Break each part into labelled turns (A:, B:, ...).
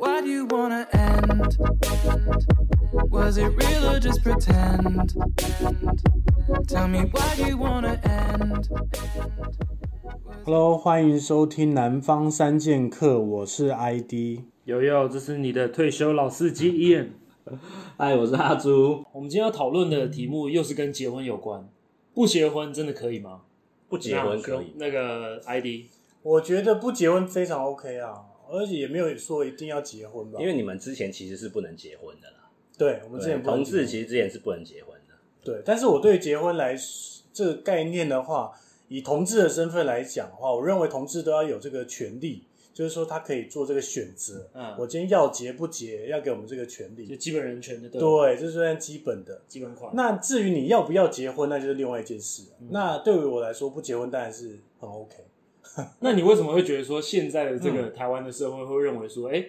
A: how'd you wanna end? Was it real or just pretend? Tell me why'd you wanna end?
B: Hello，欢迎收听《南方三剑客》，我是 ID。
C: 友友，这是你的退休老司机 Ian。
D: 哎
E: 嗨，我是阿朱。
F: 我们今天要讨论的题目又是跟结婚有关，不结婚真的可以吗？
E: 不结婚可以，
F: 那个 ID
D: 我觉得不结婚非常 OK 啊，而且也没有说一定要结婚吧。
E: 因为你们之前其实是不能结婚的啦。
D: 对我们之前
E: 对
D: 不能
E: 同
D: 结
E: 志
D: 婚
E: 其实之前是不能结婚的。
D: 对，但是我对结婚来说这个概念的话，以同志的身份来讲的话，我认为同志都要有这个权利，就是说他可以做这个选择。
F: 嗯
D: 我今天要结不结，要给我们这个权
F: 就
D: 利。
F: 基本人权的对吧
D: 对，这是算基本的。
F: 基本款。
D: 那至于你要不要结婚，那就是另外一件事
E: 嗯
D: 了。那对于我来说，不结婚当然是很 OK。
F: 那你为什么会觉得说现在的这个
E: 嗯
F: 台湾的社会会认为说，哎、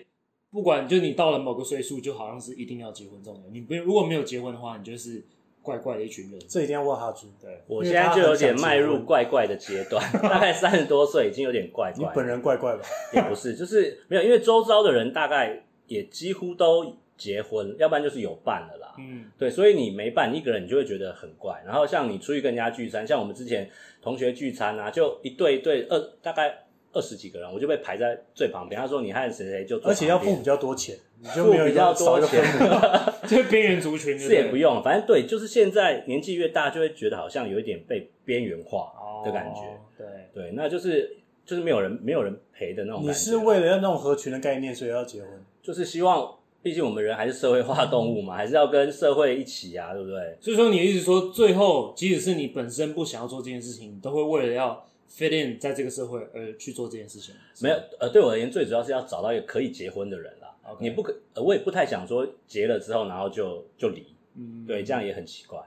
F: 不管就你到了某个岁数，就好像是一定要结婚这种人，你不如果没有结婚的话，你就是怪怪的一群人。
D: 这一定要问哈猪，
F: 对，
E: 我
D: 因
E: 现
D: 为他
E: 在就有点
D: 很想
E: 迈
D: 结
E: 入
D: 婚
E: 怪怪的阶 段，大概三十多岁已经有点怪
D: 你
E: 怪。
D: 本人怪怪吧？
E: 也不是，就是没有，因为周遭的人大概也几乎都结婚，要不然就是有伴了啦。
F: 嗯，
E: 对，所以你没伴一个人，你就会觉得很怪。然后像你出去跟人家聚餐，像我们之前同学聚餐啊，就一对一对二，大概二十几个人，我就被排在最旁边。他说你和谁谁就坐
D: 而且要
E: 旁边
D: 付比较多钱，你就
E: 付
D: 没有
E: 比较
D: 少
E: 多
D: 一个
E: 钱
D: 分，母
F: 这边缘族群就是
E: 也不用，反正对，就是现在年纪越大，就会觉得好像有一点被边缘化的感觉。
F: 哦对，
E: 对，那就是就是没有人没有人陪的那种感觉。啊
D: 你是为了要那种合群的概念，所以要结婚？
E: 就是希望，毕竟我们人还是社会化动物嘛，还是要跟社会一起啊，对不对？
F: 所以说你的意思说，最后即使是你本身不想要做这件事情，你都会为了要 fit in 在这个社会而去做这件事情。
E: 没有，呃，对我而言，最主要是要找到一个可以结婚的人啦。
F: OK
E: 你不可，呃我也不太想说结了之后，然后就就离，
F: 嗯
E: 对，这样也很奇怪。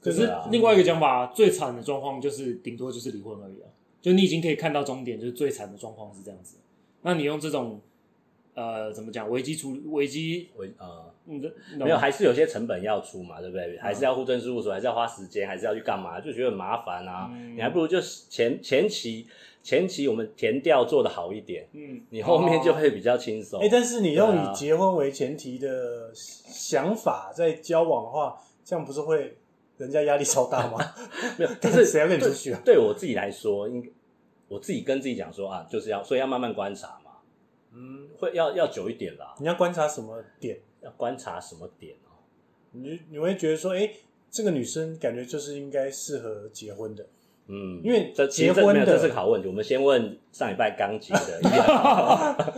F: 可
E: 对
F: 是
E: 啊
F: 另外一个讲法，最惨的状况就是顶多就是离婚而已啊，就你已经可以看到终点，就是最惨的状况是这样子。那你用这种呃怎么讲危机处危机，嗯
E: 我呃，
F: 你的你懂吗
E: 没有，还是有些成本要出嘛，对不
D: 嗯
E: 对？还是要户政事务所，还是要花时间，还是要去干嘛，就觉得很麻烦啊。
D: 嗯
E: 你还不如就是前前期前期我们填调做的好一点，
F: 嗯，
E: 你后面就会比较轻松。
D: 哎、但是你用
E: 对啊
D: 以结婚为前提的想法在交往的话，这样不是会人家压力超大吗？
E: 没有，就
D: 但
E: 是
D: 谁要跟你出去啊
E: 对对我自己来说，应我自己跟自己讲说啊，就是要，所以要慢慢观察嘛，
D: 嗯，
E: 会要要久一点啦，
D: 你要观察什么点？
E: 要观察什么点哦、
D: 你你会觉得说，哎、这个女生感觉就是应该适合结婚的，
E: 嗯，
D: 因为
E: 这其实这
D: 结婚
E: 没有
D: 的
E: 这是个好问题。我们先问上礼拜刚结 的一样，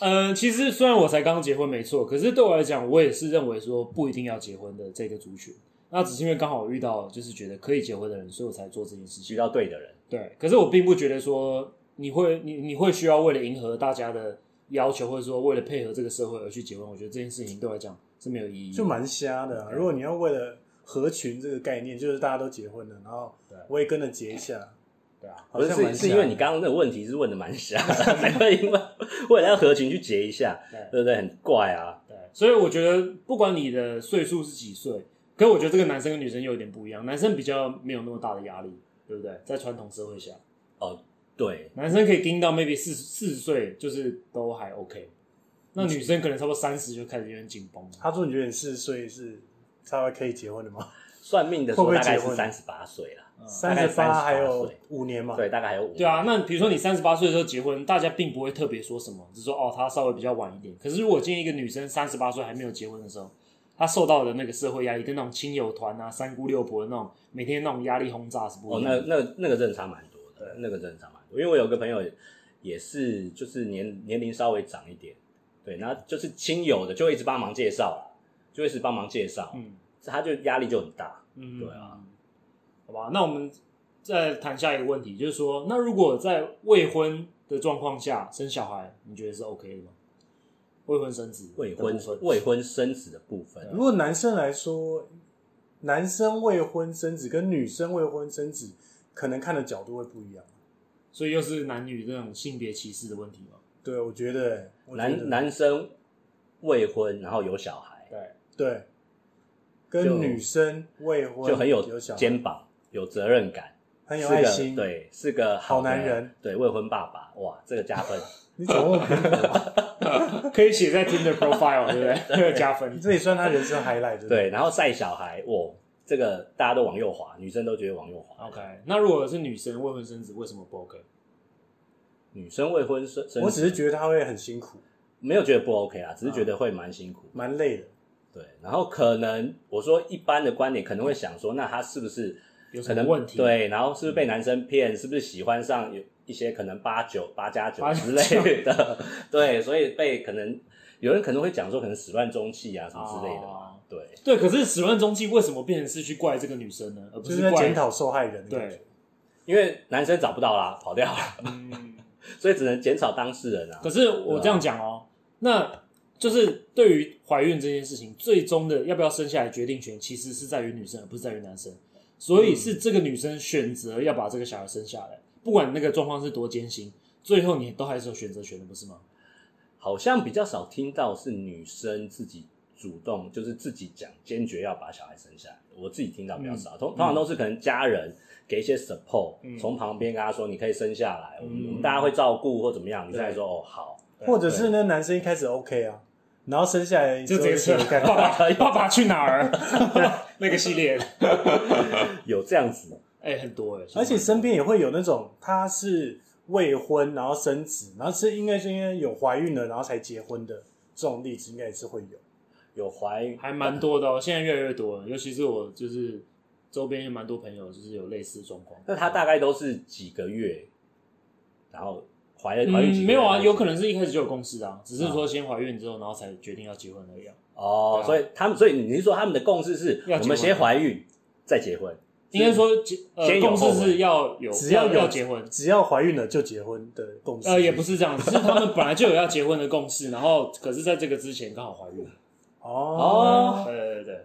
F: 呃，其实虽然我才刚结婚没错，可是对我来讲，我也是认为说不一定要结婚的这个族群。那只是因为刚好遇到就是觉得可以结婚的人，所以我才做这件事情
E: 遇。到对的人，
F: 对，可是我并不觉得说你会你你会需要为了迎合大家的要求，或者说为了配合这个社会而去结婚。我觉得这件事情对我来讲是没有意义的。
D: 就蛮瞎的、啊。如果你要为了合群这个概念，就是大家都结婚了，然后我也跟着结一下，
F: 对啊，
D: 好
E: 不是
D: 像
E: 是
D: 蛮
E: 是
D: 瞎
E: 因为
D: 的
E: 你刚刚那个问题是问的 蛮瞎，才会因为为了要合群去结一下，对不对？很怪啊，
F: 对，所以我觉得不管你的岁数是几岁，可我觉得这个男生跟女生又有点不一样，男生比较没有那么大的压力，对不对？在传统社会下，
E: 哦，对，
F: 男生可以盯到 maybe 四四十岁，就是都还 OK。那女生可能差不多三十就开始有点紧绷了。
D: 他说你觉得你四十岁是才可以结婚的吗？
E: 算命的时候
D: 会不
E: 大
D: 会
E: 概
D: 结
E: 是
D: 婚嗯
E: 三十八岁啦，嗯大
D: 三
E: 概
D: 十
E: 38
D: 八还有
E: 岁
D: 五年嘛？
E: 对，大概还有五
F: 对啊，那比如说你三十八岁的时候结婚，大家并不会特别说什么，只说哦，她稍微比较晚一点。可是如果今天一个女生三十八岁还没有结婚的时候，她受到的那个社会压力，跟那种亲友团啊、三姑六婆的那种每天那种压力轰炸是不
E: 哦
F: 一，样
E: 那
F: 的。
E: 那那个真的差蛮多的，那个真的差蛮多。因为我有个朋友也是，就是年年龄稍微长一点，对，然后就是亲友的就会一直帮忙介绍啦，就会一直帮忙介绍，
F: 嗯
E: 他就压力就很大。
F: 嗯，
E: 对啊，
F: 好吧，那我们再谈下一个问题，就是说，那如果在未婚的状况下生小孩，你觉得是 OK 的吗？未婚生子的
E: 未
F: 部
E: 婚
F: 分，
E: 未婚生子的部分，
D: 如果男生来说，男生未婚生子跟女生未婚生子，可能看的角度会不一样。
F: 所以又是男女这种性别歧视的问题嘛？
D: 对，我觉得欸，我觉得
E: 男男生未婚然后有小孩，
F: 对，
D: 对，
E: 就
D: 跟女生未婚
E: 就很
D: 有小孩
E: 肩膀，有责任感，
D: 很有
E: 是
D: 爱
E: 个
D: 心。，
E: 对，是个的
D: 好男人，
E: 对，未婚爸爸，哇，这个加分。
D: 你怎么会评论我
F: 可以写在 Tinder profile，对不对？ 加分。
D: 这也算他人生 highlight 对不对？
E: 对，然后晒小孩，我这个大家都往右滑，女生都觉得往右滑。
F: OK，那如果是女生未婚生子，为什么不 OK？
E: 女生未婚生，生
D: 我只是觉得啊他会很辛苦，
E: 没有觉得不 OK 啦，只是觉得会蛮辛苦。
D: 蛮累的。
E: 对，然后可能我说一般的观点可能会想说，那他是不是
F: 有什
E: 可
F: 么
E: 能
F: 问题？，
E: 对，然后是不是被男生骗？是不是喜欢上有一些可能八九、八加九
F: 八加
E: 之
F: 九
E: 类的？ 对，所以被可能有人可能会讲说，可能始乱终弃啊什么之类的嘛。
F: 哦
E: 对，
F: 对，可是始乱终弃为什么变成是去怪这个女生呢？而不
D: 就是
F: 是
D: 在
F: 怪
D: 检讨受害人的感觉
F: 对。
E: 因为男生找不到啦， 跑掉了，
F: 嗯，
E: 所以只能检讨当事人啊
F: 可。是我这样讲哦、那就是对于怀孕这件事情，最终的要不要生下来决定权其实是在于女生，而不是在于男生。所以是这个女生选择要把这个小孩生下来，不管那个状况是多艰辛，最后你都还是有选择权的，不是吗？
E: 好像比较少听到是女生自己主动，就是自己讲坚决要把小孩生下来。我自己听到比较少，通通常都是可能家人给一些 support，、
F: 嗯
E: 从旁边跟他说你可以生下来，我们
F: 嗯
E: 我们大家会照顾或怎么样，女生还说哦好。
D: 或者是那男生一开始 OK 啊，然后生下来
F: 就
D: 之
F: 直
D: 后
F: 接扯
D: 觉得干
F: 爸 爸爸爸去哪儿 那个系列，
E: 有这样子，
F: 哎、很多哎、
D: 而且身边也会有那种他是未婚然后生子，然后是应该是因为有怀孕了然后才结婚的这种例子，应该也是会有。
E: 有怀
F: 还蛮多的哦，现在越来越多了，尤其是我就是周边也蛮多朋友就是有类似的状况。
E: 那她大概都是几个月，然后怀了怀孕几
F: 嗯，
E: 个月
F: 没有
E: 才
F: 啊，
E: 生
F: 有可能是一开始就有共识啊，只是说先怀孕之后，然后才决定要结婚而已、啊。
E: 哦，
F: 对啊
E: 所以他们，所以你是说他们的共识是
F: 要结婚
E: 我们先怀孕再结婚，
F: 应该说结
E: 先
F: 呃，
E: 有
F: 共
E: 后
F: 识
E: 悔
F: 是要有，
D: 只要
F: 要
D: 有
F: 要结婚。
D: 只要怀孕了就结婚的共识，
F: 呃，也不是这样，只是他们本来就有要结婚的共识，然后可是在这个之前刚好怀孕。
D: 哦，
F: 对对对对，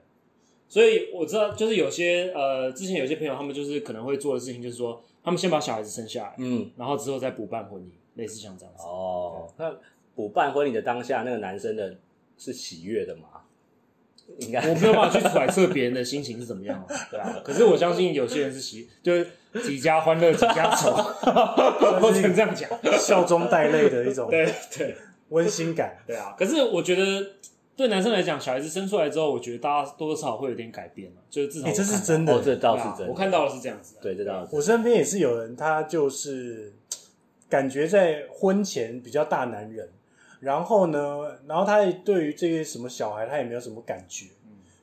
F: 所以我知道，就是有些呃，之前有些朋友他们就是可能会做的事情，就是说他们先把小孩子生下来，
E: 嗯，
F: 然后之后再补办婚礼，类似像这样子。
E: 哦，那补办婚礼的当下，那个男生的是喜悦的吗？应该
F: 我没有办法去揣测别人的心情是怎么样啊，对啊。可是我相信有些人是喜，就是几家欢乐几家愁，不能这样讲。
D: 笑中带泪的一种
F: 对对
D: 温馨感。
F: 对啊！可是我觉得对男生来讲，小孩子生出来之后，我觉得大家多多少少会有点改变了，就是至少
D: 哎，
F: 我
D: 这是
F: 看到
D: 真
E: 哦，这
D: 的。
E: 倒
F: 对啊
E: 是真的，
F: 我看到的是这样子啊。
E: 对，这倒是
D: 我
E: 真的
D: 身边也是有人，他就是感觉在婚前比较大男人，然后呢，然后他对于这些什么小孩，他也没有什么感觉。
E: 嗯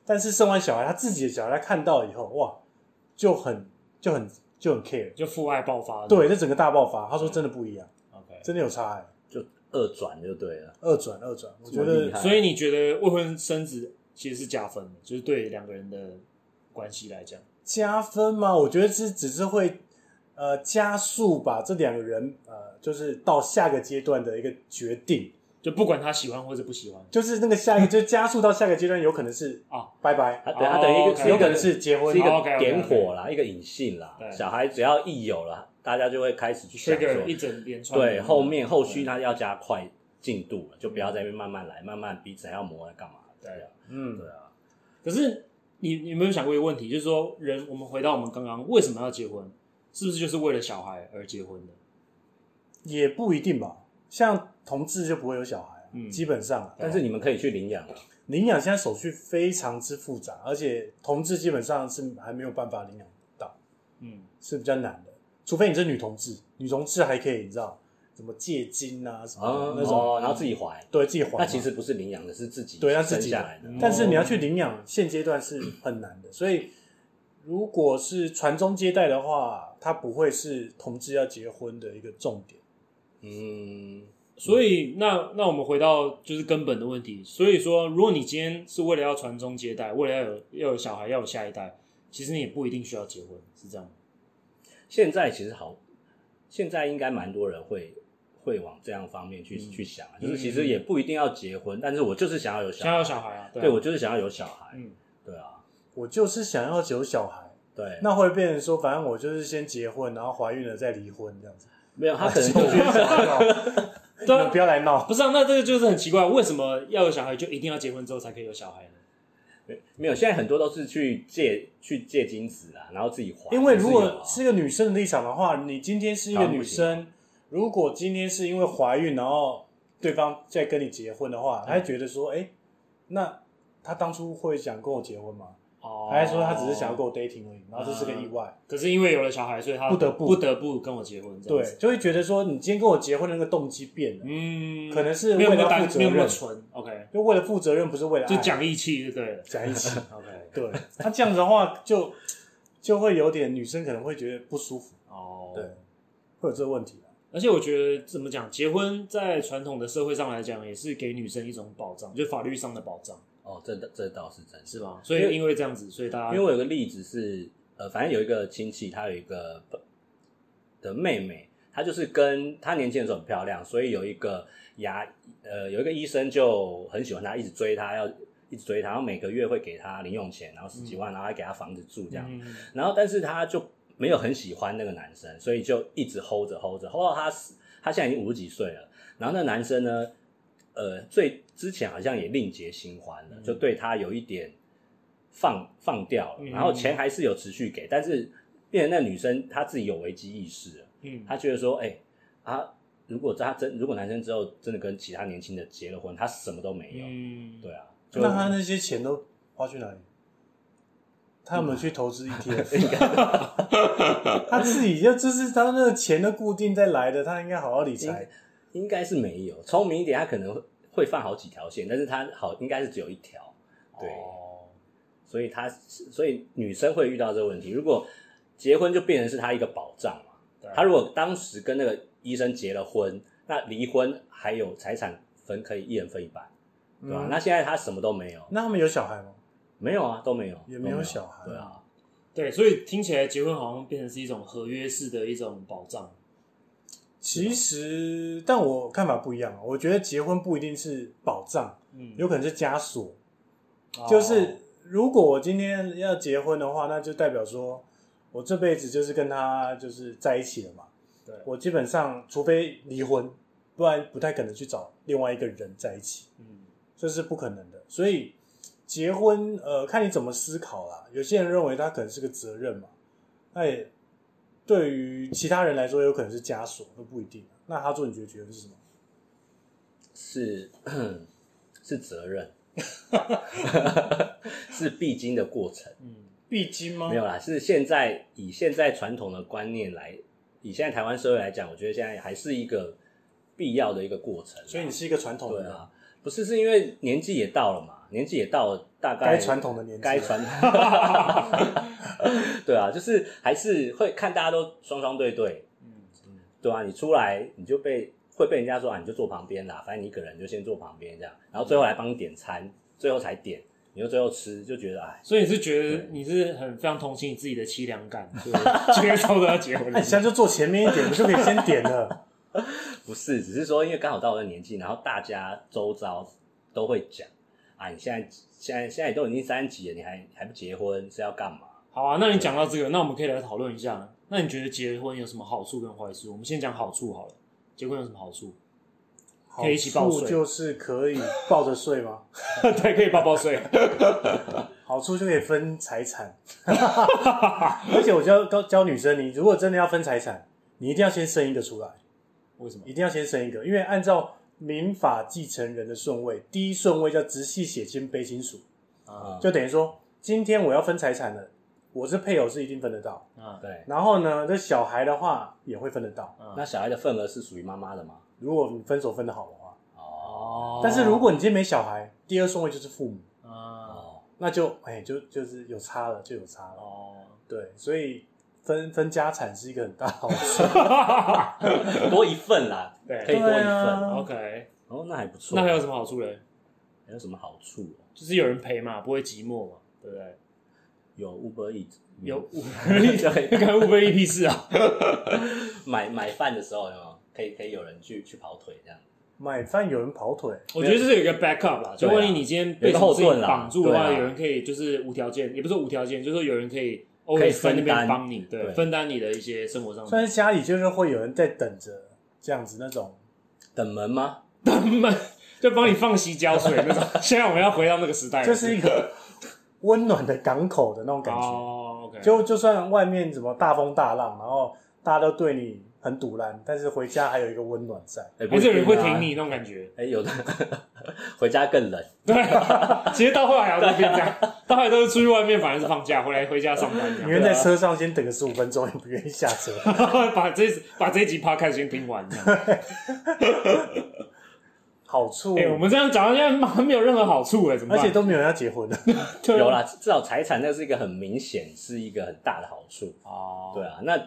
D: 但是生完小孩，他自己的小孩，他看到以后，哇，就很就很就很 care。
F: 就父爱爆发。
D: 对，这整个大爆发，他说真的不一样，
F: ，OK。
D: 真的有差哎，
E: 就二转就对了，
D: 二转二转，我觉
E: 这么厉
D: 得
E: 害
F: 所以你觉得未婚生子其实是加分的，就是对两个人的关系来讲，
D: 加分吗？我觉得这只是会呃加速把这两个人呃，就是到下个阶段的一个决定，
F: 就不管他喜欢或者不喜欢
D: 就是那个下一个就加速到下个阶段，有可能是
F: 啊，
D: 拜拜，
E: 他对他等于一
F: 哦
E: 个
F: ，OK，
E: 是一
D: 有可
E: 个
D: 能是结婚
E: 是一
F: 哦
E: 个
F: ，OK，OK，OK
E: 点火啦，一个引信啦
F: 对。
E: 小孩只要一有了，大家就会开始去想
F: trigger 一
E: 说，
F: 整连串的。
E: 对，后面后续他要加快进度了，就不要在那边慢慢来，慢慢彼此还要磨来干嘛？
F: 对
E: 这样
D: 嗯
E: 对，啊，
F: 可是你你有没有想过一个问题，就是说人，我们回到我们刚刚为什么要结婚，是不是就是为了小孩而结婚的？
D: 也不一定吧。像同志就不会有小孩啊，
F: 嗯
D: 基本上啊
E: 但是你们可以去领养啊。
D: 领养现在手续非常之复杂，而且同志基本上是还没有办法领养到，
F: 嗯，
D: 是比较难的。除非你是女同志，女同志还可以，你知道怎么借精啊什么
E: 哦
D: 的那种，
E: 然后自己怀，
D: 对自己还嘛。
E: 那其实不是领养的，是自己
D: 对，那自
E: 生
D: 己
E: 下来的。哦
D: 但是你要去领养，现阶段是很难的。所以如果是传宗接代的话，它不会是同志要结婚的一个重点。
E: 嗯，
F: 所以那那我们回到就是根本的问题，所以说，如果你今天是为了要传宗接代，为了要有要有小孩，要有下一代，其实你也不一定需要结婚，是这样吗？
E: 现在其实好，现在应该蛮多人会会往这样方面去、
F: 嗯
E: 去想啊，就是其实也不一定要结婚，但是我就是想要有小
F: 想
E: 孩，
F: 要有小孩啊，对
E: 对
F: 啊
E: 我就是想要有小孩，
F: 嗯
E: 对啊，
D: 我就是想要有小孩，
E: 对，
D: 那会变成说，反正我就是先结婚，然后怀孕了再离婚这样子。
E: 没有他可能
D: 就
E: 就
D: 去
E: 是
D: 找
F: 对
D: 你
F: 啊
D: 不，要来闹。
F: 不是啊，那这个就是很奇怪，为什么要有小孩就一定要结婚之后才可以有小孩呢？
E: 没有，现在很多都是去借去借精子啊，然后自己还，
D: 因为如
E: 也是有
D: 果
E: 啊
D: 是一个女生的立场的话，你今天是一个女生，如果今天是因为怀孕然后对方在跟你结婚的
F: 嗯
D: 话，他会觉得说，哎、那他当初会想跟我结婚吗？
F: 哦，
D: 还是说他只是想要跟我 dating 而已，然后这是个意外？
F: 可是因为有了小孩，所以他
D: 不得不
F: 不得不跟我结婚，这样
D: 对，
F: 子，
D: 就会觉得说，你今天跟我结婚的那个动机变了，
F: 嗯，
D: 可能是
F: 没有
D: 为
F: 那
D: 了
F: 么单
D: 负责
F: 没有那么
D: 任，
F: 纯，OK，
D: 就为了负责任，不是为了
F: 就
D: 爱
F: 讲义气就对了
D: 在一起。
F: ，OK，
D: 对，他这样子的话就就会有点女生可能会觉得不舒服，
F: 哦，
D: 对，会有这个问题啊。
F: 而且我觉得怎么讲，结婚在传统的社会上来讲，也是给女生一种保障，就法律上的保障，
E: 哦，这这倒是真
F: 是
E: 是，
F: 吧？所以因为这样子，所以大家
D: 啊
E: 因为我有个例子是，呃，反正有一个亲戚，他有一个的妹妹，她就是跟她年轻的时候很漂亮，所以有一个牙呃有一个医生就很喜欢她，一直追她，要一直追她，然后每个月会给她零用钱，然后十几
D: 嗯
E: 万，然后还给她房子住这样。
F: 嗯
E: 然后但是她就没有很喜欢那个男生，所以就一直 hold 着 hold 着，hold 到她死她现在已经五十几岁了。然后那男生呢，呃，最之前好像也另结新欢
F: 嗯
E: 了，就对她有一点放放掉了，
F: 嗯
E: 然后钱还是有持续给，但是变成那女生她自己有危机意识了，
F: 嗯，
E: 她觉得说，哎、啊。如果她真，如果男生之后真的跟其他年轻的结了婚，她什么都没有。
F: 嗯，
E: 对啊，就
D: 那他那些钱都花去哪里？他有没有去投资 ETF？他自己就就是他那个钱都固定在来的，他应该好好理财。
E: 应该是没有，聪明一点，他可能会会放好几条线，但是他好应该是只有一条，对，
F: 哦
E: 所以他所以女生会遇到这个问题。如果结婚就变成是他一个保障嘛
F: 对，
E: 他如果当时跟那个医生结了婚，那离婚还有财产分可以一人分一半，对吧、
D: 嗯
E: 那现在他什么都没有，
D: 那他们有小孩吗？
E: 没有啊，都没有，
D: 也
E: 都
D: 没
E: 没
D: 有小孩
E: 对啊，
F: 对，所以听起来结婚好像变成是一种合约式的一种保障，
D: 其实，但我看法不一样。啊我觉得结婚不一定是保障，
F: 嗯，
D: 有可能是枷锁。
F: 哦
D: 就是如果我今天要结婚的话，那就代表说我这辈子就是跟他就是在一起了嘛。
F: 对
D: 我基本上除非离婚，不然不太可能去找另外一个人在一起，
F: 嗯
D: 这是不可能的。所以结婚，呃，看你怎么思考啦。有些人认为它可能是个责任嘛，那也对于其他人来说有可能是枷锁，都不一定。啊那他做你觉得觉得是什么？
E: 是 是责任， 是必经的过程。
F: 嗯，
D: 必经吗
E: 没有啦，是现在以现在传统的观念来，以现在台湾社会来讲，我觉得现在还是一个必要的一个过程啦。
D: 所以你是一个传统的
E: 对
D: 人，
E: 啊，不是是因为年纪也到了嘛，年纪也到了，大概
D: 该传统的年纪
E: 该传， 对啊，就是还是会看大家都双双对对，嗯，对啊，你出来你就被会被人家说啊，你就坐旁边啦，反正你一个人就先坐旁边这样，然后最后来帮你点餐，最后才点，你就最后吃，就觉得哎。
F: 所以你是觉得你是很非常同情你自己的凄凉 感，所以今天差不多要结婚
D: 那
F: 了
D: 你，现在就坐前面一点，你就可以先点了。
E: 不是，只是说因为刚好到了年纪，然后大家周遭都会讲啊，你现在现在现在都已经三十几了，你还还不结婚是要干嘛？
F: 好啊，那你讲到这个，那我们可以来讨论一下。那你觉得结婚有什么好处跟坏处？我们先讲好处好了。结婚有什么好处？ 可以一起报
D: 好
F: 税
D: 处就是可以抱着睡 吗？
F: 对，可以抱抱睡。
D: 好处就可以分财产， 而且我教教教女生，你如果真的要分财产，你一定要先生一个出来，
F: 为什么？
D: 一定要先生一个，因为按照民法继承人的顺位，第一顺位叫直系血亲卑亲属，
E: 啊，
D: 就等于说，今天我要分财产了，我这配偶是一定分得到，
F: 啊，
E: 对，
D: 然后呢，这小孩的话也会分得到，
F: 嗯
E: 那小孩的份额是属于妈妈的吗？
D: 如果你分手分得好的话，
E: 哦
F: 哦
D: 但是如果你今天没小孩，第二顺位就是父母，
F: 啊，
E: 哦，
D: 那就哎就就是有差了，就有差了，
F: 哦，
D: 对，所以分分家产是一个很大的好处。
E: 多一份啦，
F: 对
E: 可以多一
D: 对啊
E: 份
F: OK，
E: 哦，那还不错。
F: 那还有什么好处嘞？
E: 还有什么好处哦？
F: 就是有人陪嘛，不会寂寞嘛，对不对？
E: 有 Uber Eat，
F: 有 五
E: 对
F: 跟五杯一屁事 啊。
E: 买买饭的时候有没有可以可以有人去去跑腿这样？
D: 买饭有人跑腿，
F: 我觉得这是有一个 backup 啦，就
E: 对啊
F: 万一你今天被什么事
E: 有个后盾
F: 情
E: 啦
F: 绑住的话，
E: 对啊
F: 有人可以就是无条件，也不是说无条件，就是说有人可以
E: 可以
F: always 在那
E: 分担
F: 边帮你，对，
E: 对
F: 分担你的一些生活上
D: 虽
F: 的
D: 然家里就是会有人在等着这样子那种，
E: 等门吗？
F: 就帮你放洗脚水 那种。现在我们要回到那个时代了，
D: 这是一个温暖的港口的那种感觉。
F: 哦，OK，
D: 就就算外面怎么大风大浪，然后大家都对你很堵烂，但是回家还有一个温暖在。
E: 哎不
F: 还
E: 一
F: 是有
E: 定
F: 人会
E: 啊
F: 挺你那种感觉。
E: 哎、有的 回家更冷，
F: 对， 其实到后来好像都变这样，
E: 啊
F: 到后来都是出去外面，反而是放假，回来回家上班
D: 宁
F: 这
D: 愿
F: 样。
D: 在车上先等个十五分钟，也不愿意下车。
F: 把这把这一集 podcast 先听完这样。
D: 好处，
F: 哎、我们这样讲到现在，妈没有任何好处哎、怎么
D: 而
F: 办？
D: 且都没有人要结婚 了。
F: 对啊
E: 有啦，至少财产那是一个很明显是一个很大的好处。
F: 哦，
E: 对啊，那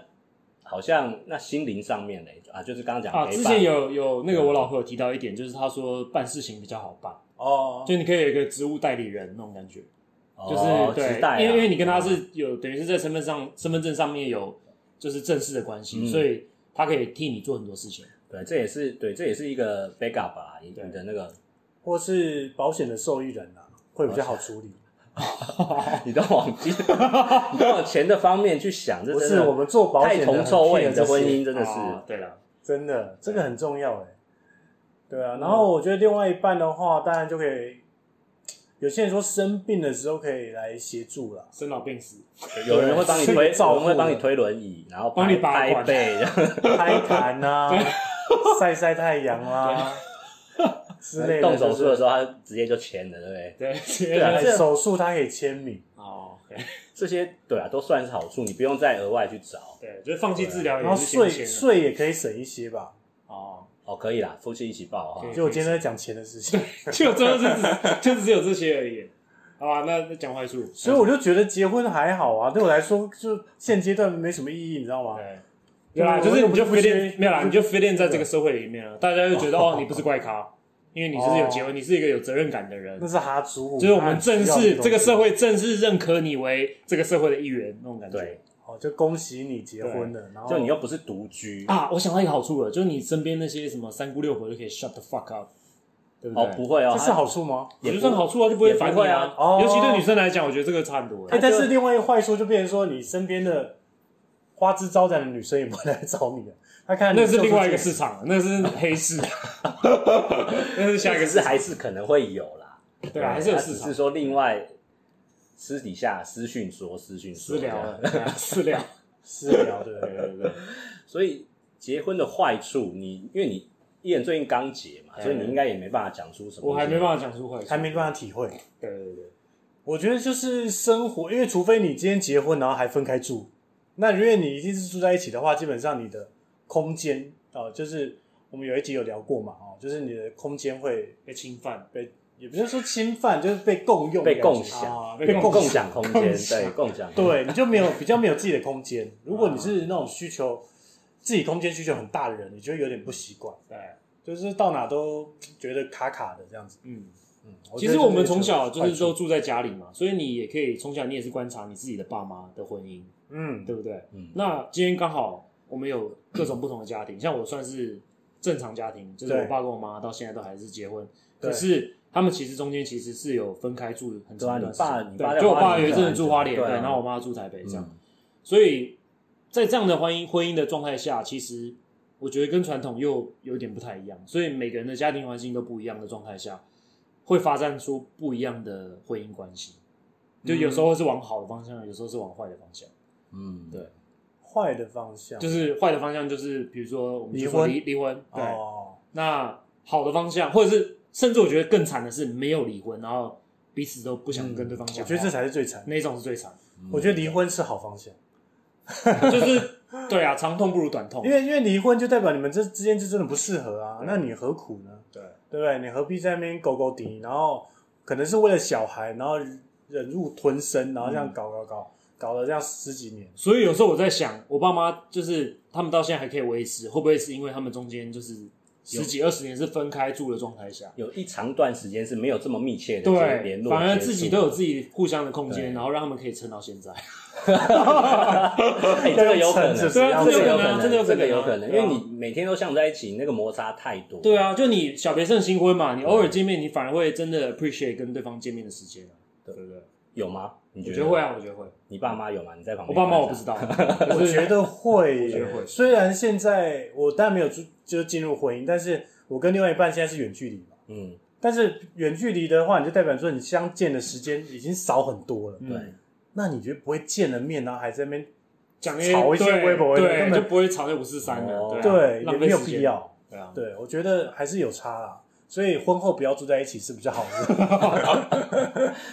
E: 好像那心灵上面的啊，就是刚刚讲
F: 啊，
E: 陪
F: 之
E: 伴
F: 前有有那个我老婆有提到一点，就是她说办事情比较好办，
D: 哦，
F: 就你可以有一个职务代理人那种感觉，
E: 哦
F: 就是、对
E: 期待、啊，，
F: 因为因为你跟他是有等于是在身份上身份证上面有就是正式的关系，
E: 嗯
F: 所以他可以替你做很多事情。
E: 对，这也是对，这也是一个 backup 啦，你
F: 对
E: 你的那 个
D: 或是保险的受益人啊，会比较好处理。
E: 你都往你都往钱的方面去想，这
D: 不
E: 真
D: 是
E: 的
D: 我们做保
E: 太
D: 险的
E: 铜
D: 很
E: 臭味，
D: care
E: 你的
D: 这
E: 婚
D: 些
E: 姻真的是、
F: 哦对了，
D: 真的，这个很重要哎、对啊，然
E: 嗯
D: 后我觉得另外一半的话，当然就可以，有些人说生病的时候可以来协助啦。
F: 生老病死，
E: 有人会帮你推，有
D: 是照顾
E: 人会帮你
D: 的
E: 推轮椅，然后
F: 帮你把
E: 拍拍
F: 管
E: 背，然后
D: 拍痰啊，晒晒太阳啊之类的。
E: 动手术的时
D: 候，
E: 候他直接就签了，对不对？
F: 对，
E: 对啊
D: 哎
E: 这
D: 手术他可以签名，
F: 哦，对
E: 这些对啊，都算是好处，你不用再额外去找。
F: 对，就是放弃治疗
D: 然后
F: 也是
D: 税
F: 先
E: 啊
F: 签了
D: 税也可以省一些吧。
F: 哦，
E: 哦，可以啦，夫妻一起报哈
F: 对。
D: 就我今天在讲钱的事情，
F: 就最后就只就只有这些而已。好吧，那那讲坏处，
D: 所以我就觉得结婚还好啊，对我来说就现阶段没什么意义，你知道吗？
F: 对，啊对啦，就是你就 fit in 没有啦，你就 fit in 在这个社会里面了，大家就觉得哦，你不是怪咖，因为你是有结婚，你是一个有责任感的人
D: 那，是哈族舞，
F: 就是我们正
D: 那需要
F: 式
D: 东西
F: 这个社会正式认可你为这个社会的一员那种感觉。
E: 对，
D: 哦，就恭喜你结婚了，然后
E: 就你又不是独居
F: 哦啊，我想到一个好处了，就是你身边那些什么三姑六婆就可以 shut the fuck up，对不
E: 哦，
F: 对？
E: 不会哦，
D: 这是
E: 他
D: 好处吗？
F: 我
E: 也
F: 觉得
E: 不
F: 算好处啊，就不会烦你
E: 也不会啊
D: 哦
F: 尤其对女生来讲，我觉得这个差很多
D: 哎、
F: 欸。
D: 但是另外一个坏处就变成说，你身边的花枝招展的女生也不会来找你了。她看
F: 那是另外一个市
D: 事，
F: 场，啊那是黑市，那是下一个
E: 可
F: 市
E: 是
F: 场，
E: 还是可能会有啦，
F: 对啊，还是有
E: 他
F: 市
E: 只
F: 场
E: 是。说另外私底下私讯说私讯说
F: 私聊
E: 这样
F: 了，对啊私聊，
D: 私聊对不
F: 对
D: 对？
F: 对对，
E: 所以结婚的坏处，你因为你艺人最近刚结嘛，
F: 嗯
E: 所以你应该也没办法讲出什么。
F: 我还没办法讲出坏处，
D: 还没办法体会。
F: 对对对，
D: 我觉得就是生活，因为除非你今天结婚，然后还分开住，那因为你一定是住在一起的话，基本上你的空间哦、呃就是我们有一集有聊过嘛，哦，就是你的空间会
F: 被侵犯，
D: 被，也不是说侵犯，就是被共用的
E: 被
D: 感觉，
E: 共享
F: 啊，
E: 被
F: 被
E: 共
F: 共
E: 共享空间，
F: 共享
E: 对共享。，
D: 对，你就没有比较没有自己的空间。如果你是那种需求自己空间需求很大的人，你就会有点不习惯，
F: 对，
D: 就是到哪都觉得卡卡的这样子。
F: 嗯，
D: 嗯，
F: 其
D: 觉
F: 实
D: 得
F: 我
D: 这
F: 们
D: 个
F: 从小就
D: 坏
F: 是
D: 处
F: 都，住在家里嘛，所以你也可以从小你也是观察你自己的爸妈的婚姻，
D: 嗯，
F: 对不对？
E: 嗯，
F: 那今天刚好我们有各种不同的家庭，像我算是正常家庭，就是
D: 对
F: 我爸跟我妈到现在都还是结婚，
D: 对
F: 可是他们其实中间其实是有分开住很
E: 对
F: 长
E: 啊
F: 一段时间，
E: 你爸你爸在
F: 对就我
E: 花
F: 爸
E: 莲
F: 有一阵子住花莲，
E: 对
F: 对，
E: 啊
F: 然后我妈住台北这样，
E: 嗯
F: 所以在这样的婚姻婚姻的状态下，其实我觉得跟传统又有点不太一样，所以每个人的家庭环境都不一样的状态下，会发展出不一样的婚姻关系。就有时候是往好的方向，有时候是往坏的方向。
E: 嗯，
F: 对
D: 坏的方向
F: 就是坏的方向就是，比如说我们就
D: 离
F: 说
D: 婚
F: 离离婚，对。
D: 哦，
F: 那好的方向，或者是甚至我觉得更惨的是没有离婚，然后彼此都不想跟对方讲
D: 嗯
F: 话、嗯
D: 我觉得这才是最惨。
F: 那种是最惨，
E: 嗯
D: 我觉得离婚是好方向，
F: 就是对啊，长痛不如短痛
D: 因。为因为离婚就代表你们这之间就真的不适合啊，
F: 对
D: 那你何苦呢？
F: 对
D: 对不对？你何必在那边勾勾底，然后可能是为了小孩，然后忍辱吞声，然后这
F: 嗯
D: 样搞搞搞，搞了这样十几年。
F: 所以有时候我在想，我爸妈就是他们到现在还可以维持，会不会是因为他们中间就是十几二十年是分开住的状态下，
E: 有一长段时间是没有这么密切的接
F: 对
E: 联，络，
F: 反而
E: 接触
F: 自己都有自己互相的空
E: 对
F: 间，然后让他们可以撑到现在。
E: 哎，这个有可能，
D: 要用
F: 对啊
E: 这个有可
F: 这个有可能啊
E: 这个有可能，因
F: 这个有可能啊
E: 为你每天都像在一起，那个摩擦太多。
F: 对啊，就你小别胜新婚嘛，你偶尔见面，你反而会真的 appreciate 跟对方见面的时间啊，对不对？
E: 有吗？你
F: 我
E: 觉
F: 觉得会？啊，我觉得会。
E: 你爸妈有吗？你在旁
F: 我
E: 边
F: 爸
E: 看一下？
F: 妈我不知道，
D: 我
F: 我
D: 觉得会
F: 觉得
D: 耶，
F: 会
D: 虽然现在我当然没有就就进入婚姻，但是我跟另外一半现在是远距离嘛。
E: 嗯，
D: 但是远距离的话，你就代表说你相见的时间已经少很多了。
F: 嗯
E: 对，
D: 那你觉得不会见了面，然后还在那边
F: 讲那些
D: 吵一些
F: 对
D: 微博微博
F: 对，
D: 根
F: 就
D: 本
F: 不会吵那五四三了，
E: 哦
F: 啊
D: 对，也
F: 浪
D: 没
F: 费
D: 有
F: 时
D: 必
F: 间，
D: 要。
F: 对啊，
D: 对，我觉得还是有差啦，所以婚后不要住在一起是比较好的。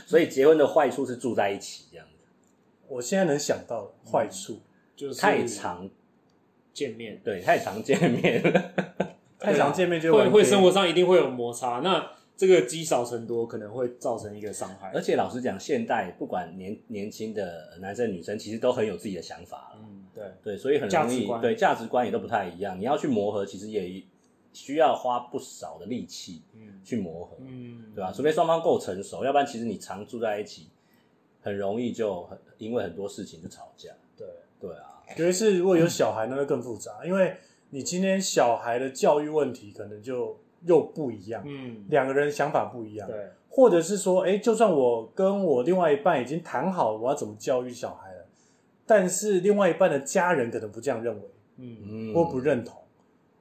E: 所以结婚的坏处是住在一起这样子，
D: 我现在能想到的坏处，
F: 就是
E: 太常
F: 见面，
E: 对太常见面了，
D: 太常见面就
F: 啊会
D: 玩
F: 会
D: gay
F: 生活上一定会有摩擦，那这个积少成多，可能会造成一个伤害
E: 而。且老实讲，现代不管年年轻的男生女生，其实都很有自己的想法了，
F: 嗯，对，
E: 对，所以很
F: 价
E: 容
F: 值
E: 易
F: 观
E: 对价值观也都不太一样，你要去磨合，其实也需要花不少的力气
F: 嗯
E: 去磨合，
F: 嗯，
E: 对吧、啊除非双方够成熟，要不然其实你常住在一起，很容易就很因为很多事情就吵架。
F: 对，
E: 对啊，
D: 尤其是如果有小孩，那会更复杂，因为你今天小孩的教育问题可能就又不一样，
F: 嗯，
D: 两个人想法不一样，
F: 对，
D: 或者是说，哎，就算我跟我另外一半已经谈好我要怎么教育小孩了，但是另外一半的家人可能不这样认为，
F: 嗯。
E: 嗯，
D: 或不认同，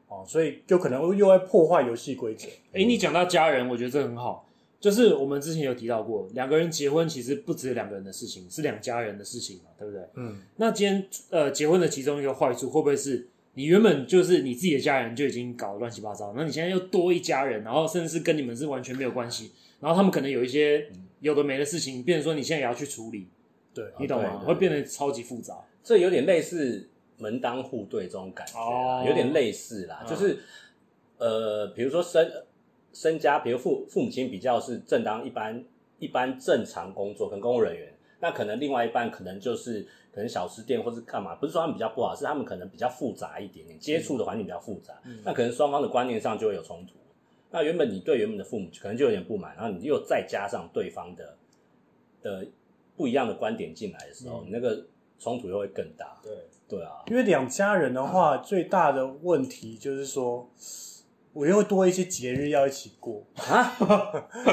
D: 哦，所以就可能又会破坏游戏规则。
F: 哎、你讲到家人，我觉得这很好。就是我们之前有提到过，两个人结婚其实不只是两个人的事情，是两家人的事情嘛，对不对？
D: 嗯，
F: 那今天呃，结婚的其中一个坏处会不会是你原本就是你自己的家人就已经搞得乱七八糟，那你现在又多一家人，然后甚至是跟你们是完全没有关系，然后他们可能有一些有的没的事情，变成说你现在也要去处理，
D: 对，
F: 你懂吗？
E: 啊对对
F: 会变得超级复杂。
E: 这有点类似门当户对这种感觉啦，
F: 哦
E: 有点类似啦，
F: 嗯
E: 就是呃，比如说身身家，比如父父母亲比较是正当一般一般正常工作跟公务人员，那可能另外一半可能就是可能小吃店或是干嘛，不是说他们比较不好，是他们可能比较复杂一点点，接触的环境比较复杂，那可能双方的观念上就会有冲突。那原本你对原本的父母可能就有点不满，然后你又再加上对方的的不一样的观点进来的时候，你那个冲突又会更大。
F: 对，
E: 对啊，
D: 因为两家人的话，最大的问题就是说，我又多一些节日要一起过，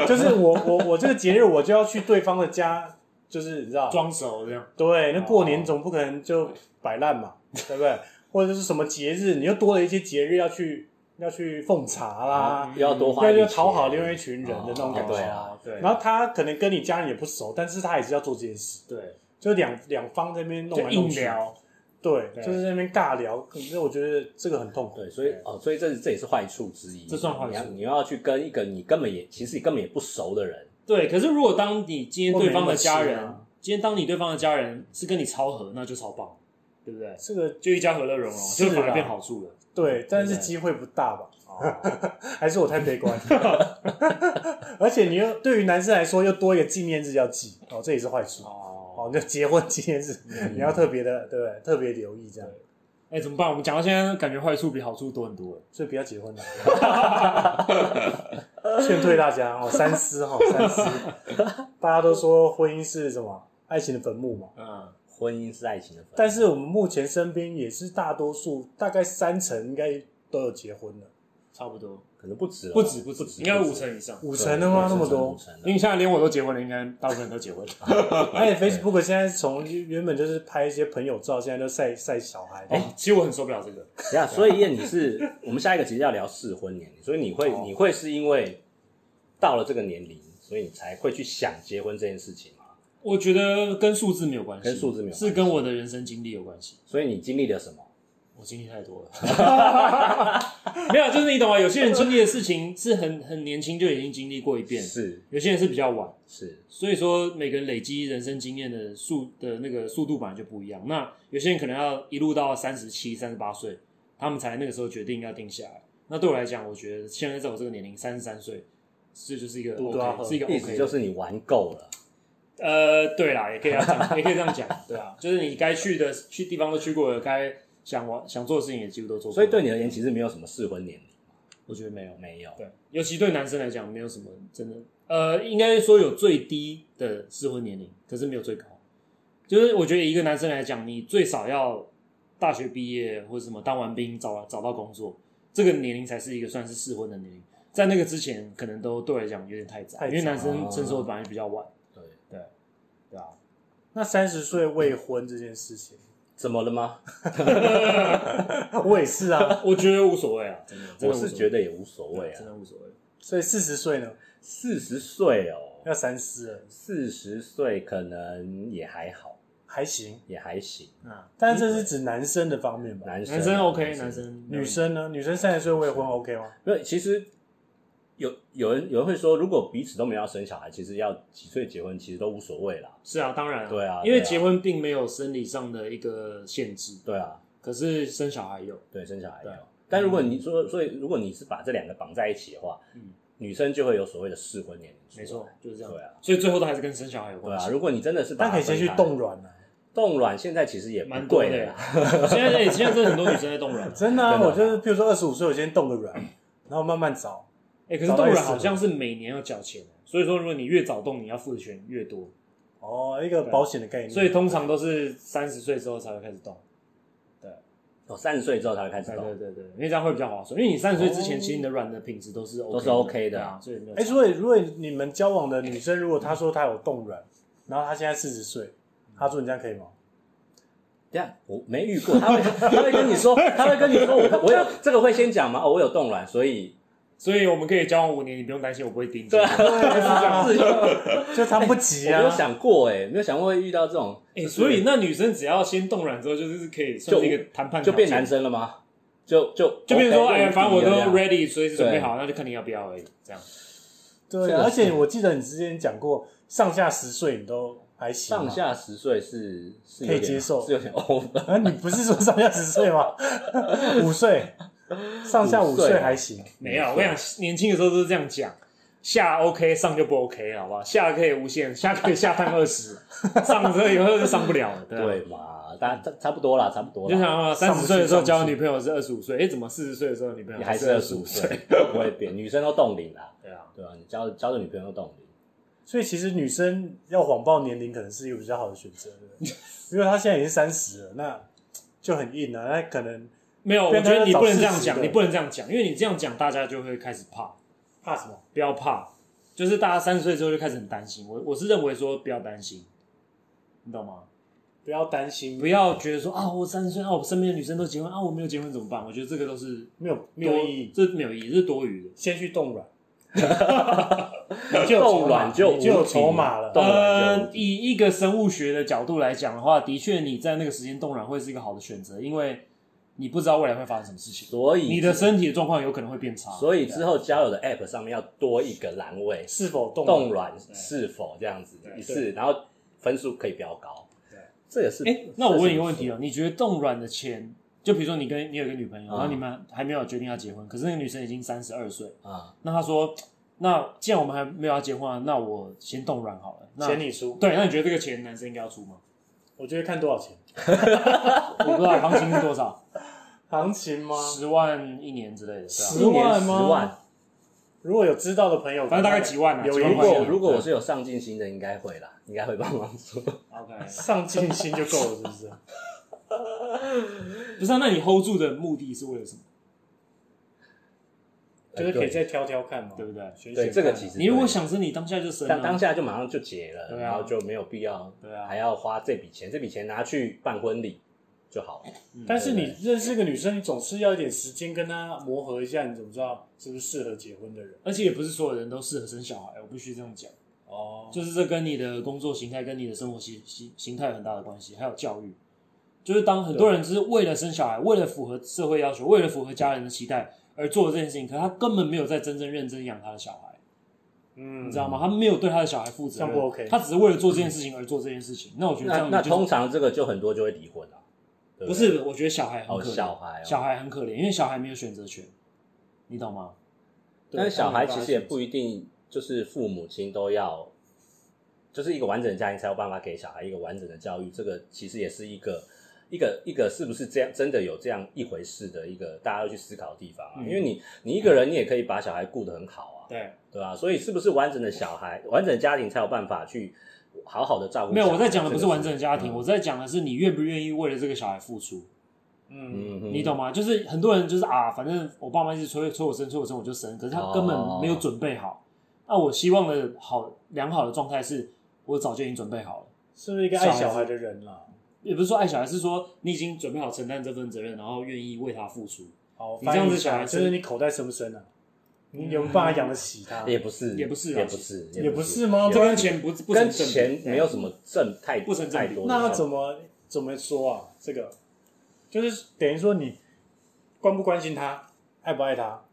D: 就是我我我这个节日我就要去对方的家，就是你知道，
F: 装熟这样，
D: 对，那过年总不可能就摆烂嘛，对不对？或者是什么节日，你又多了一些节日要去要去奉茶啦，
E: 又要多花
D: 啊嗯要
E: 一笔
D: 要
E: 钱哦
D: 讨好另外一群人的那种感
E: 对
D: 觉。
E: 啊，
F: 对，
D: 然后他可能跟你家人也不熟，但是他也是要做这件事，
F: 对，
D: 就两两方这边弄
F: 就
D: 来
F: 硬
D: 弄去，
F: 聊，
D: 对，
F: 对
D: 就是在那边尬聊。可是我觉得这个很痛苦。
E: 对，所以
F: 对
E: 哦，所以这这也是坏处之一。
F: 这算坏处
E: 你要你要去跟一个你根本也其实你根本也不熟的人，
F: 对，可是如果当你今天对方的家
D: 或没那么
F: 人，
D: 亲啊
F: 今天当你对方的家人是跟你超合，那就超棒，对不对？
D: 这个
F: 就一家和乐融融，
D: 是
F: 就
D: 啊
F: 反而变好处了。
D: 对，但是
F: 对
D: 机会不大吧？ 还是我太悲观。 而且你又对于男生来说，又多一个纪念日要记哦，这也是坏处。
F: 哦，
D: 哦，那结婚纪念日、你要特别的，对不对？特别留意这样，
F: 哎，怎么办？我们讲到现在，感觉坏处比好处多很多了。
D: 所以不要结婚了。 劝退大家哦，三思哦，三思。大家都说婚姻是什么？爱情的坟墓嘛。
F: 嗯，
E: 婚姻是爱情的坟。
D: 但
F: 哦
D: 是我们目前身边也是大多数，大概三成应该都有结婚了，
F: 差不多，
E: 可能不止哦，
F: 不止不
E: 不
F: 止，应该五成以上。
D: 五成的吗？那么多
E: 五。成
F: 因为现在连我都结婚了，应该大部分人都结婚了。
D: 而且 Facebook 现在从原本就是拍一些朋友照，现在都晒晒小孩。
F: 哎，其实我很受不了这个。
E: 等一下，啊所以燕，你是 我们下一个其实要聊适婚年龄，所以你会、你会是因为到了这个年龄，所以你才会去想结婚这件事情吗？
F: 我觉得跟数字没有关系，
E: 跟数字没有关系
F: 是跟我的人生经历有关系。
E: 所以你经历了什么？
F: 我经历太多了， 没有，就是你懂吗？有些人经历的事情是很很年轻就已经经历过一 遍，
E: 是
F: 有些人是比较晚，
E: 是，
F: 所以说每个人累积人生经验的速的那个速度本来就不一样。那有些人可能要一路到三十七、三十八岁，他们才那个时候决定要定下来。那对我来讲，我觉得现在在我这个年龄，三十三岁，这就是一个
D: 杜拉赫
F: OK，是一个
E: 意
F: OK，
E: 思
F: 的
E: 就是你玩够了。
F: 呃，对啦，也可以这样讲， 也可以这样讲，对啊，就是你该去的去地方都去过了，该想玩想做的事情也几乎都做过了，
E: 所以对你而言，其实没有什么适婚年龄，
F: 我觉得没有。
E: 没有。
F: 对，尤其对男生来讲，没有什么真的，呃，应该说有最低的适婚年龄，可是没有最高。就是我觉得一个男生来讲，你最少要大学毕业或者什么当完兵找找到工作，这个年龄才是一个算是适婚的年龄。在那个之前，可能都对我来讲有点太早，
D: 太早
F: 因为男生成熟本来就比较晚，
E: 对，
F: 对啊。
D: 那三十岁未婚这件事情，
E: 怎么了吗？
D: 我也是啊。
F: 我觉得无所谓啊，真的，真
E: 我
F: 的无所
E: 是
F: 谓
E: 觉得也无所谓
F: 真
E: 啊。
F: 的无所谓。
D: 所以四十岁呢，
E: 四十岁哦，
D: 要三思了。
E: 四十岁可能也还好。
D: 还行，
E: 也还行。
F: 啊，
D: 但是这是指男生的方面吧？
E: 男生
F: 男生 OK，男生
D: 女生呢？女生三十岁未婚 OK 吗？
E: 因为其实有有人有人会说，如果彼此都没有要生小孩，其实要几岁结婚其实都无所谓啦。
F: 是啊，当然、
E: 对啊
F: 因为
E: 对啊
F: 结婚并没有生理上的一个限制，
E: 对啊，
F: 可是生小孩有，
E: 对，生小孩
F: 对
E: 有。但如果你说，所以如果你是把这两个绑在一起的话，
F: 嗯
E: 女生就会有所谓的适婚年龄出来。
F: 没错，就是这样。
E: 对啊，
F: 所以最后都还是跟生小孩有
E: 对
F: 关
E: 啊。
F: 系。
E: 如果你真的是把
D: 但
E: 它
D: 可以先去
E: 分开
D: 冻卵啊，
E: 冻卵，现在其实也
F: 蛮
E: 不
F: 多
E: 贵
F: 的
E: 啦，，
F: 现在哎现在真的很多女生在冻卵，
D: 真的啊，
E: 真的
D: 我就是譬如说二十五岁，我先冻个卵，然后慢慢找。
F: 哎、可是冻卵好像是每年要缴钱的，欸所以说如果你越早冻，你要付的钱越多，
D: 哦，一个保险的概念。
E: 嗯
F: 所以通常都是三十岁之后才会开始冻。
E: 哦，三十岁之后才会开始
F: 对
E: 冻
F: 对。对对，因为这样会比较划算，因为你三十岁之前其实你的卵的品质都是 OK
E: 哦都是 OK 的
F: 对啊，所以没有
D: 哎、
F: 差。
D: 所以如果你们交往的女生，如果她说她有冻卵，然后她现在四十岁，她说你这样可以吗？
E: 等一下我没遇过，他会他会跟你说，他会跟你说，我我有这个会先讲吗？哦，我有冻卵，所以
F: 所以我们可以交往五年，你不用担心我不会盯着。
E: 对啊，
D: 对啊
E: 是这样子。
D: 就她不急
E: 我没
D: 啊。
E: 有想过哎、没有想过会遇到这种，
F: 哎、所以那女生只要先冻卵之后，就是可以算是一个谈判，
E: 就变男，生了吗？就就
F: 就变成说，
E: OK，
F: 哎、反正我
E: 就无敌了
F: 都
E: 这样
F: ready，随时准备好，那就看你要不要而已。这样，
D: 对
E: 这
D: 啊，
E: 个
D: 而且我记得你之前讲过，上下十岁你都还行嘛。
E: 上下十岁是是有
D: 可以
E: 点
D: 接受
E: 是有点 over。
D: 啊，你不是说上下十岁吗？ 五岁，上下五
E: 五岁
D: 岁
E: 啊
D: 还行。
F: 没有，我跟你讲，年轻的时候都是这样讲，下 OK，上就不 OK，好不好？下可以无限，下可以下探二十，上这以后就上不了了，对啊
E: 对嘛，大差差不多啦，差不多
F: 你
E: 啦。
F: 就想啊，三十岁的时
D: 上不去上不
F: 候
D: 去
F: 交的女朋友是二十五岁，哎、怎么四十岁的时候女朋友
E: 你还是
F: 是
E: 二十
F: 25
E: 五？岁， 不会变。女生都冻龄啦，
F: 对啊，
E: 对吧、你交交的女朋友都冻龄，
D: 所以其实女生要谎报年龄，可能是一个比较好的选择，对不对？因为她现在已经三十了，那就很硬了、那可能
F: 没有，我
D: 变
F: 觉
D: 成
F: 得你不能这样
D: 找40
F: 讲，
D: 的
F: 你不能这样讲，因为你这样讲，大家就会开始怕。
D: 怕什么？
F: 不要怕，就是大家三十岁之后就开始很担心。我我是认为说不要担心，你懂吗？
D: 不要担心，
F: 不要觉得说啊，我三十岁啊，我身边的女生都结婚啊，我没有结婚怎么办？我觉得这个都是
D: 没有没
F: 多
D: 有意义，
F: 这没有意义，这是多余的。
D: 先去冻卵，
E: 你
D: 就有筹码
E: 冻卵就
D: 你就有
E: 无敌
D: 筹码了
E: 冻卵就
F: 呃
E: 无，敌。
F: 以一个生物学的角度来讲的话，的确你在那个时间冻卵会是一个好的选择，因为你不知道未来会发生什么事情，
E: 所以
F: 你的身体的状况有可能会变差。
E: 所以之后交友的 App 上面要多一个栏位，
D: 是否冻
E: 冻卵是否这样子一次，然后分数可以飙高。这也是。
F: 哎、那我
E: 这
F: 问
E: 是
F: 一
E: 不
F: 个问题
E: 错
F: 哦，你觉得冻卵的钱，就比如说你跟你有一个女朋友，
E: 嗯
F: 然后你们还没有决定要结婚，可是那个女生已经三十二岁，
E: 啊，
F: 那她说，那既然我们还没有要结婚、啊，那我先冻卵好了。那
D: 钱你出，
F: 对，那你觉得这个钱男生应该要出吗？
D: 我觉得看多少钱，
F: 我不知道行情是 多少，
D: 行情吗？
F: 十万一年之类的，对啊
D: 十万
E: 十
D: 吗
E: 万。
D: 如果有知道的朋友，
F: 反正大概几万啊
D: 有
F: 几
D: 一
F: 万
E: 如
F: 块
E: 果
F: 钱
D: 个
E: 如果我是有上进心的，应该会啦， 应该会帮忙做。
F: OK，
D: 上进心就够了，是不是？
F: 不是、啊，那你 hold 住的目的是为了什么？
D: 就是可以再挑挑看嘛，
F: 哎对不对
D: 选选
E: 对
D: 看
E: 这个其实
F: 啊你如果
E: 对
F: 想生，你当下就生
E: 当当
F: 啊。
E: 下就马上就结了，
F: 对啊
E: 然后就没有必要
F: 对啊
E: 还要花这笔钱，这笔钱拿去办婚礼就好了。
D: 但是你认识一个女生，你总是要一点时间跟她磨合一下，你怎么知道是不是适合结婚的人？
F: 而且也不是所有人都适合生小孩，我必须这样讲。
D: 哦，
F: 就是这跟你的工作形态、跟你的生活形形形态有很大的关系，还有教育。就是当很多人只是为了生小孩，为了符合社会要求，为了符合家人的期待而做的这件事情，可他根本没有在真正认真养他的小孩，
D: 嗯，
F: 你知道吗？他没有对他的小孩负
D: 这
F: 责
D: 样
F: 任，
D: 不 OK
F: 他只是为了做这件事情而做这件事情。那我觉得嗯这
E: 那
F: 样
E: 那
F: 你就是
E: 通常这个就很多就会离婚啊，对
F: 不
E: 对
F: 是？我觉得小孩很可怜，
E: 哦小孩哦
F: 小孩很可怜，因为小孩没有选择权，你懂吗？
E: 但是小孩其实也不一定就是父母亲都要，就是一个完整的家庭才有办法给小孩一个完整的教育。这个其实也是一个一个一个是不是这样真的有这样一回事的一个大家要去思考的地方啊。
F: 嗯
E: 因为你你一个人你也可以把小孩顾得很好啊，
F: 对，
E: 对吧、所以是不是完整的小孩、完整的家庭才有办法去好好的照顾
F: 没
E: 小孩？
F: 有，我在讲的不
E: 这
F: 是
E: 个
F: 完整的家庭，
E: 嗯
F: 我在讲的是你愿不愿意为了这个小孩付出。
D: 嗯，
E: 嗯哼
F: 你懂吗？就是很多人就是啊，反正我爸妈一直催催我生，催我生我就生，可是他根本
E: 哦
F: 没有准备好。那、我希望的好良好的状态是，我早就已经准备好了，
D: 是不是一个爱小孩的人啦？
F: 也不是说爱小孩，是说你已经准备好承担这份责任，然后愿意为他付出。
D: 好，
F: 你这样
D: 翻译
F: 子
D: 一下
F: 小孩子
D: 就是你口袋深不深啊？你有没有办法养得起他？
E: 也不是，
F: 也不是啊
E: 也不是，
D: 也不是吗
E: 也
F: 这
D: 这
F: 跟钱不不成
E: 跟
F: 正比哎
E: 钱没有什么正太
F: 不成正
E: 太
F: 比
E: 多的
D: 那要
E: 关
D: 怎么怎么说啊？这个就是等于说你关不关心他，爱不爱他，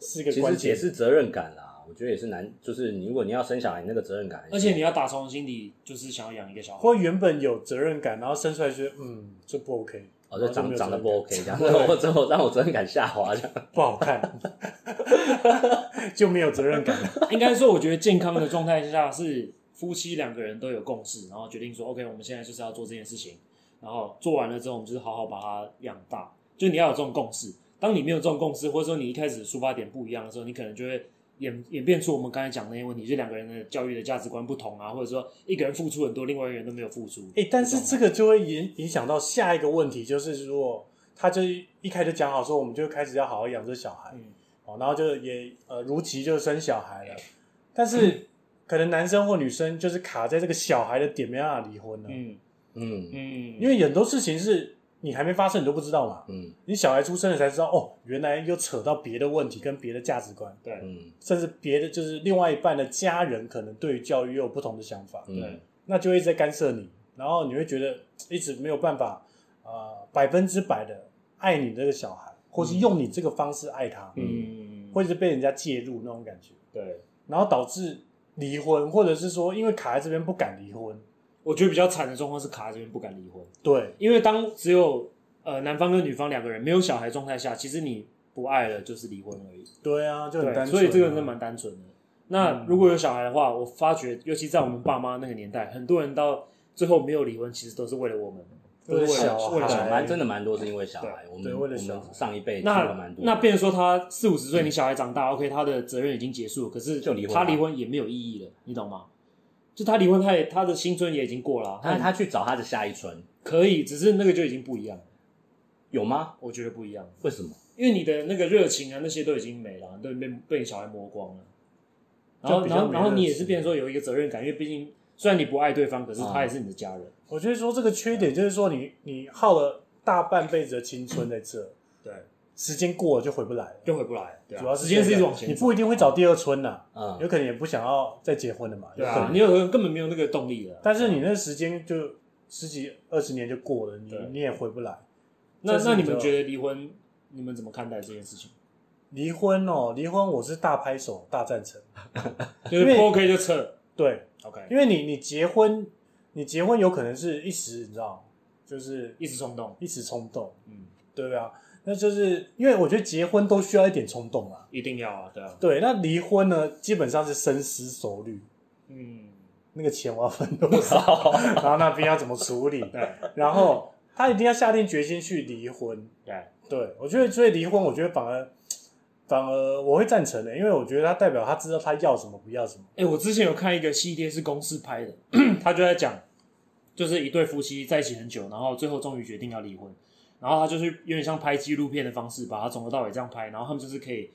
D: 是个
E: 其
D: 关
E: 实也
D: 键。
E: 是责任感啦，我觉得也是难，就是你如果你要生小孩，你那个责任感，
F: 而且你要打从心底就是想要养一个小孩，
D: 或原本有责任感，然后生出来觉得嗯，这不 OK，
E: 哦，就
D: 然后
E: 长
D: 没有
E: 长得
D: 责任
E: 不
D: 感
E: OK 这样， 我之后让我责任感下滑这样。
D: 不好看， 就没有责任感了。
F: 应该说，我觉得健康的状态下是夫妻两个人都有共识，然后决定说，OK，我们现在就是要做这件事情，然后做完了之后，我们就是好好把它养大。就你要有这种共识，当你没有这种共识，或者说你一开始出发点不一样的时候，你可能就会演演变出我们刚才讲的那些问题，就两个人的教育的价值观不同啊，或者说一个人付出很多，另外一个人都没有付出。
D: 哎、但是这个就会影影响到下一个问题，就是如果他就一开始讲好说，我们就开始要好好养这小孩，
F: 嗯
D: 哦，然后就也呃如期就生小孩了，但是可能男生或女生就是卡在这个小孩的点，没办法离婚了，
F: 嗯
E: 嗯
F: 嗯，
D: 因为很多事情是你还没发生，你都不知道嘛，
E: 嗯
D: 你小孩出生了才知道，哦，原来又扯到别的问题跟别的价值观，
F: 对
E: 嗯
D: 甚至别的就是另外一半的家人可能对于教育又有不同的想法，
E: 嗯，
D: 那就会一直在干涉你，然后你会觉得一直没有办法，呃，百分之百的爱你这个小孩，或是用你这个方式爱他，
F: 嗯
D: 或者是被人家介入那种感觉，
F: 对，
D: 然后导致离婚，或者是说因为卡在这边不敢离婚，
F: 我觉得比较惨的状况是卡在这边不敢离婚。
D: 对，
F: 因为当只有呃男方跟女方两个人没有小孩状态下，其实你不爱了就是离婚而已。
D: 对啊，就很单纯啊、嗯
F: 所以这个是蛮单纯的。那如果有小孩的话，我发觉，尤其在我们爸妈那个年代，很多人到最后没有离婚，其实都是为了我们，都
D: 为了
F: 是为
D: 小
F: 了
D: 孩
F: 为了小
E: 蛮真
F: 的。
E: 的蛮多是因为小孩，我
D: 对
E: 们我
D: 为了小孩
E: 们上一辈听了
F: 那
E: 蛮多，嗯
F: 那变成说他四五十岁，你小孩长大，OK，他的责任已经结束了，可是
E: 就离婚
F: 他
E: 吧
F: 离婚也没有意义了，你懂吗？就他离婚，他也他的青春也已经过了啊，
E: 他他去找他的下一春
F: 可以，只是那个就已经不一样了，
E: 有吗？
F: 我觉得不一样。
E: 为什么？
F: 因为你的那个热情啊，那些都已经没了，都被被小孩磨光了。然后，
D: 就比较
F: 然后，
D: 没
F: 然后你也
D: 热情
F: 是变成说有一个责任感，因为毕竟虽然你不爱对方，可是
D: 啊
F: 他也是你的家人。
D: 我觉得说这个缺点就是说你你耗了大半辈子的青春在这，
F: 对，
D: 时间过了就回不来了。
F: 就回不来。对啊
D: 主要是
F: 时间是一
D: 这个
F: 种前
D: 你不一定会找第二春呐、有
E: 嗯，
D: 可能也不想要再结婚了嘛，
F: 对
D: 有可
F: 啊，
D: 能
F: 你有可能根本没有那个动力了。
D: 但是你那时间就十几二十年就过了，你
F: 对
D: 你也回不来。
F: 那
D: 这是
F: 那你
D: 比
F: 们
D: 较
F: 觉得离婚，你们怎么看待这件 事情？
D: 离婚哦，离婚我是大拍手大赞成。
F: 就是
D: 因为
F: 不 OK 就撤
D: 对，
F: ，OK，
D: 因为你你结婚，你结婚有可能是一时你知道，就是
F: 一时冲动，
D: 一时冲动，
F: 嗯，
D: 对不对啊？那就是因为我觉得结婚都需要一点冲动啊。
F: 一定要啊，对啊，
D: 对，那离婚呢，基本上是深思熟虑，
F: 嗯，
D: 那个钱我要分多少， 然后那边要怎么处理，
F: 对
D: 然后他一定要下定决心去离婚。
F: 对，
D: 对，我觉得所以离婚，我觉得反而反而我会赞成的，因为我觉得他代表他知道他要什么，不要什么。
F: 哎、我之前有看一个系列是公司拍的，他就在讲，就是一对夫妻在一起很久，然后最后终于决定要离婚，然后他就是有点像拍纪录片的方式，把它从头到尾这样拍，然后他们就是可以，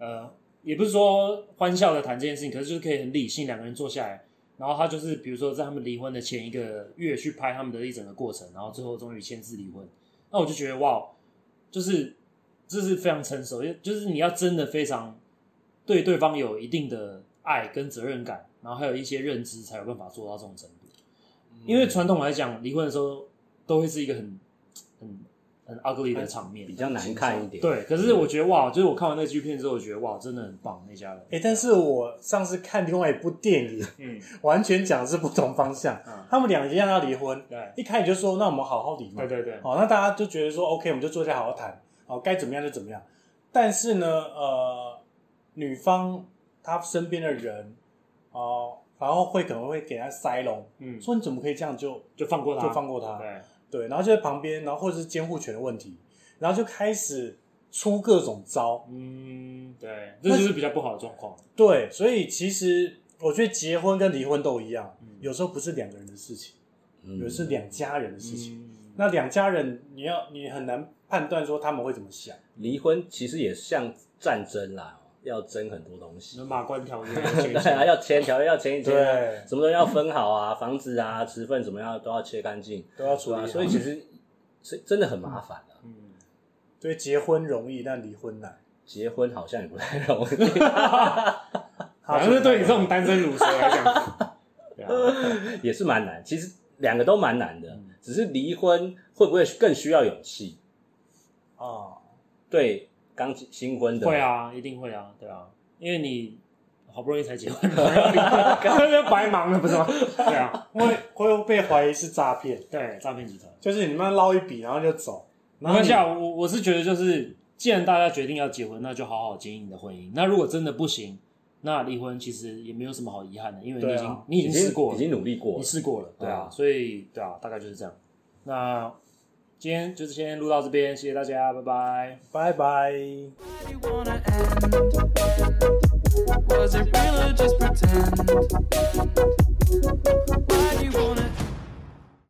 F: 呃，也不是说欢笑的谈这件事情，可是就是可以很理性，两个人坐下来，然后他就是比如说在他们离婚的前一个月去拍他们的一整个过程，然后最后终于签字离婚，那我就觉得哇，就是这是非常成熟，因为就是你要真的非常对对方有一定的爱跟责任感，然后还有一些认知，才有办法做到这种程度。
E: 嗯
F: 因为传统来讲，离婚的时候都会是一个很很很 ugly 的场面
E: 比，较难看一点。
F: 对。可是我觉得哇，就是我看完那纪录片之后，我觉得哇，真的很棒那家人。
D: 哎，但是我上次看另外一部电影，
F: 嗯，
D: 完全讲的是不同方向。
F: 嗯
D: 他们两个一样要离婚，
F: 对
D: 一开始就说那我们好好离嘛
F: 对，对对，
D: 好、那大家就觉得说 OK，我们就坐下好好谈，好、该怎么样就怎么样。但是呢，呃，女方她身边的人哦、然后会可能会给她塞隆，
F: 嗯，
D: 说你怎么可以这样就
F: 就放过他，
D: 就放过他？
F: 对，
D: 对，然后就在旁边，然后或者是监护权的问题，然后就开始出各种招。
F: 嗯，对，这就是比较不好的状况。
D: 对，所以其实我觉得结婚跟离婚都一样，
F: 嗯
D: 有时候不是两个人的事情，
E: 嗯，
D: 有时候是两家人的事情。
F: 嗯，
D: 那两家人，你要你很难判断说他们会怎么想。
E: 离婚其实也像战争啦，要争很多东西
F: 那。马关条约
E: 对 啊，要签条约，要签一签啊
D: 对，
E: 什么都要分好啊，房子啊、持份怎么样都要切干净，
D: 都要处理
E: 对
D: 好
E: 啊所以其实是真的很麻烦的、啊。
F: 嗯，
D: 对，结婚容易，但离婚难。
E: 结婚好像也不太容易。
F: 反正是对你这种单身乳蛇来讲，对啊，
E: 也是蛮难。其实两个都蛮难的，
F: 嗯
E: 只是离婚会不会更需要勇气？
D: 啊，
E: 对，刚新婚的
F: 会，啊，一定会啊，对啊，因为你好不容易才结婚，那就白忙了，不是吗？对啊，
D: 会会被怀疑是诈骗，
F: 对，诈骗集团。
D: 就是你们捞一笔然后就走，
F: 没关系啊，我我是觉得就是，既然大家决定要结婚，那就好好经营你的婚姻。那如果真的不行，那离婚其实也没有什么好遗憾的，因为你已经、
D: 对啊
F: 你已经试过
E: 已
F: 了，
E: 经努力过
F: 你
E: 了。
F: 试过了，对啊，
E: 嗯
F: 所以对啊，大概就是这样。那今天就是先录到这边，谢谢大家，拜拜。
D: 拜拜。
A: Why do you wanna end? Was it real or just pretend?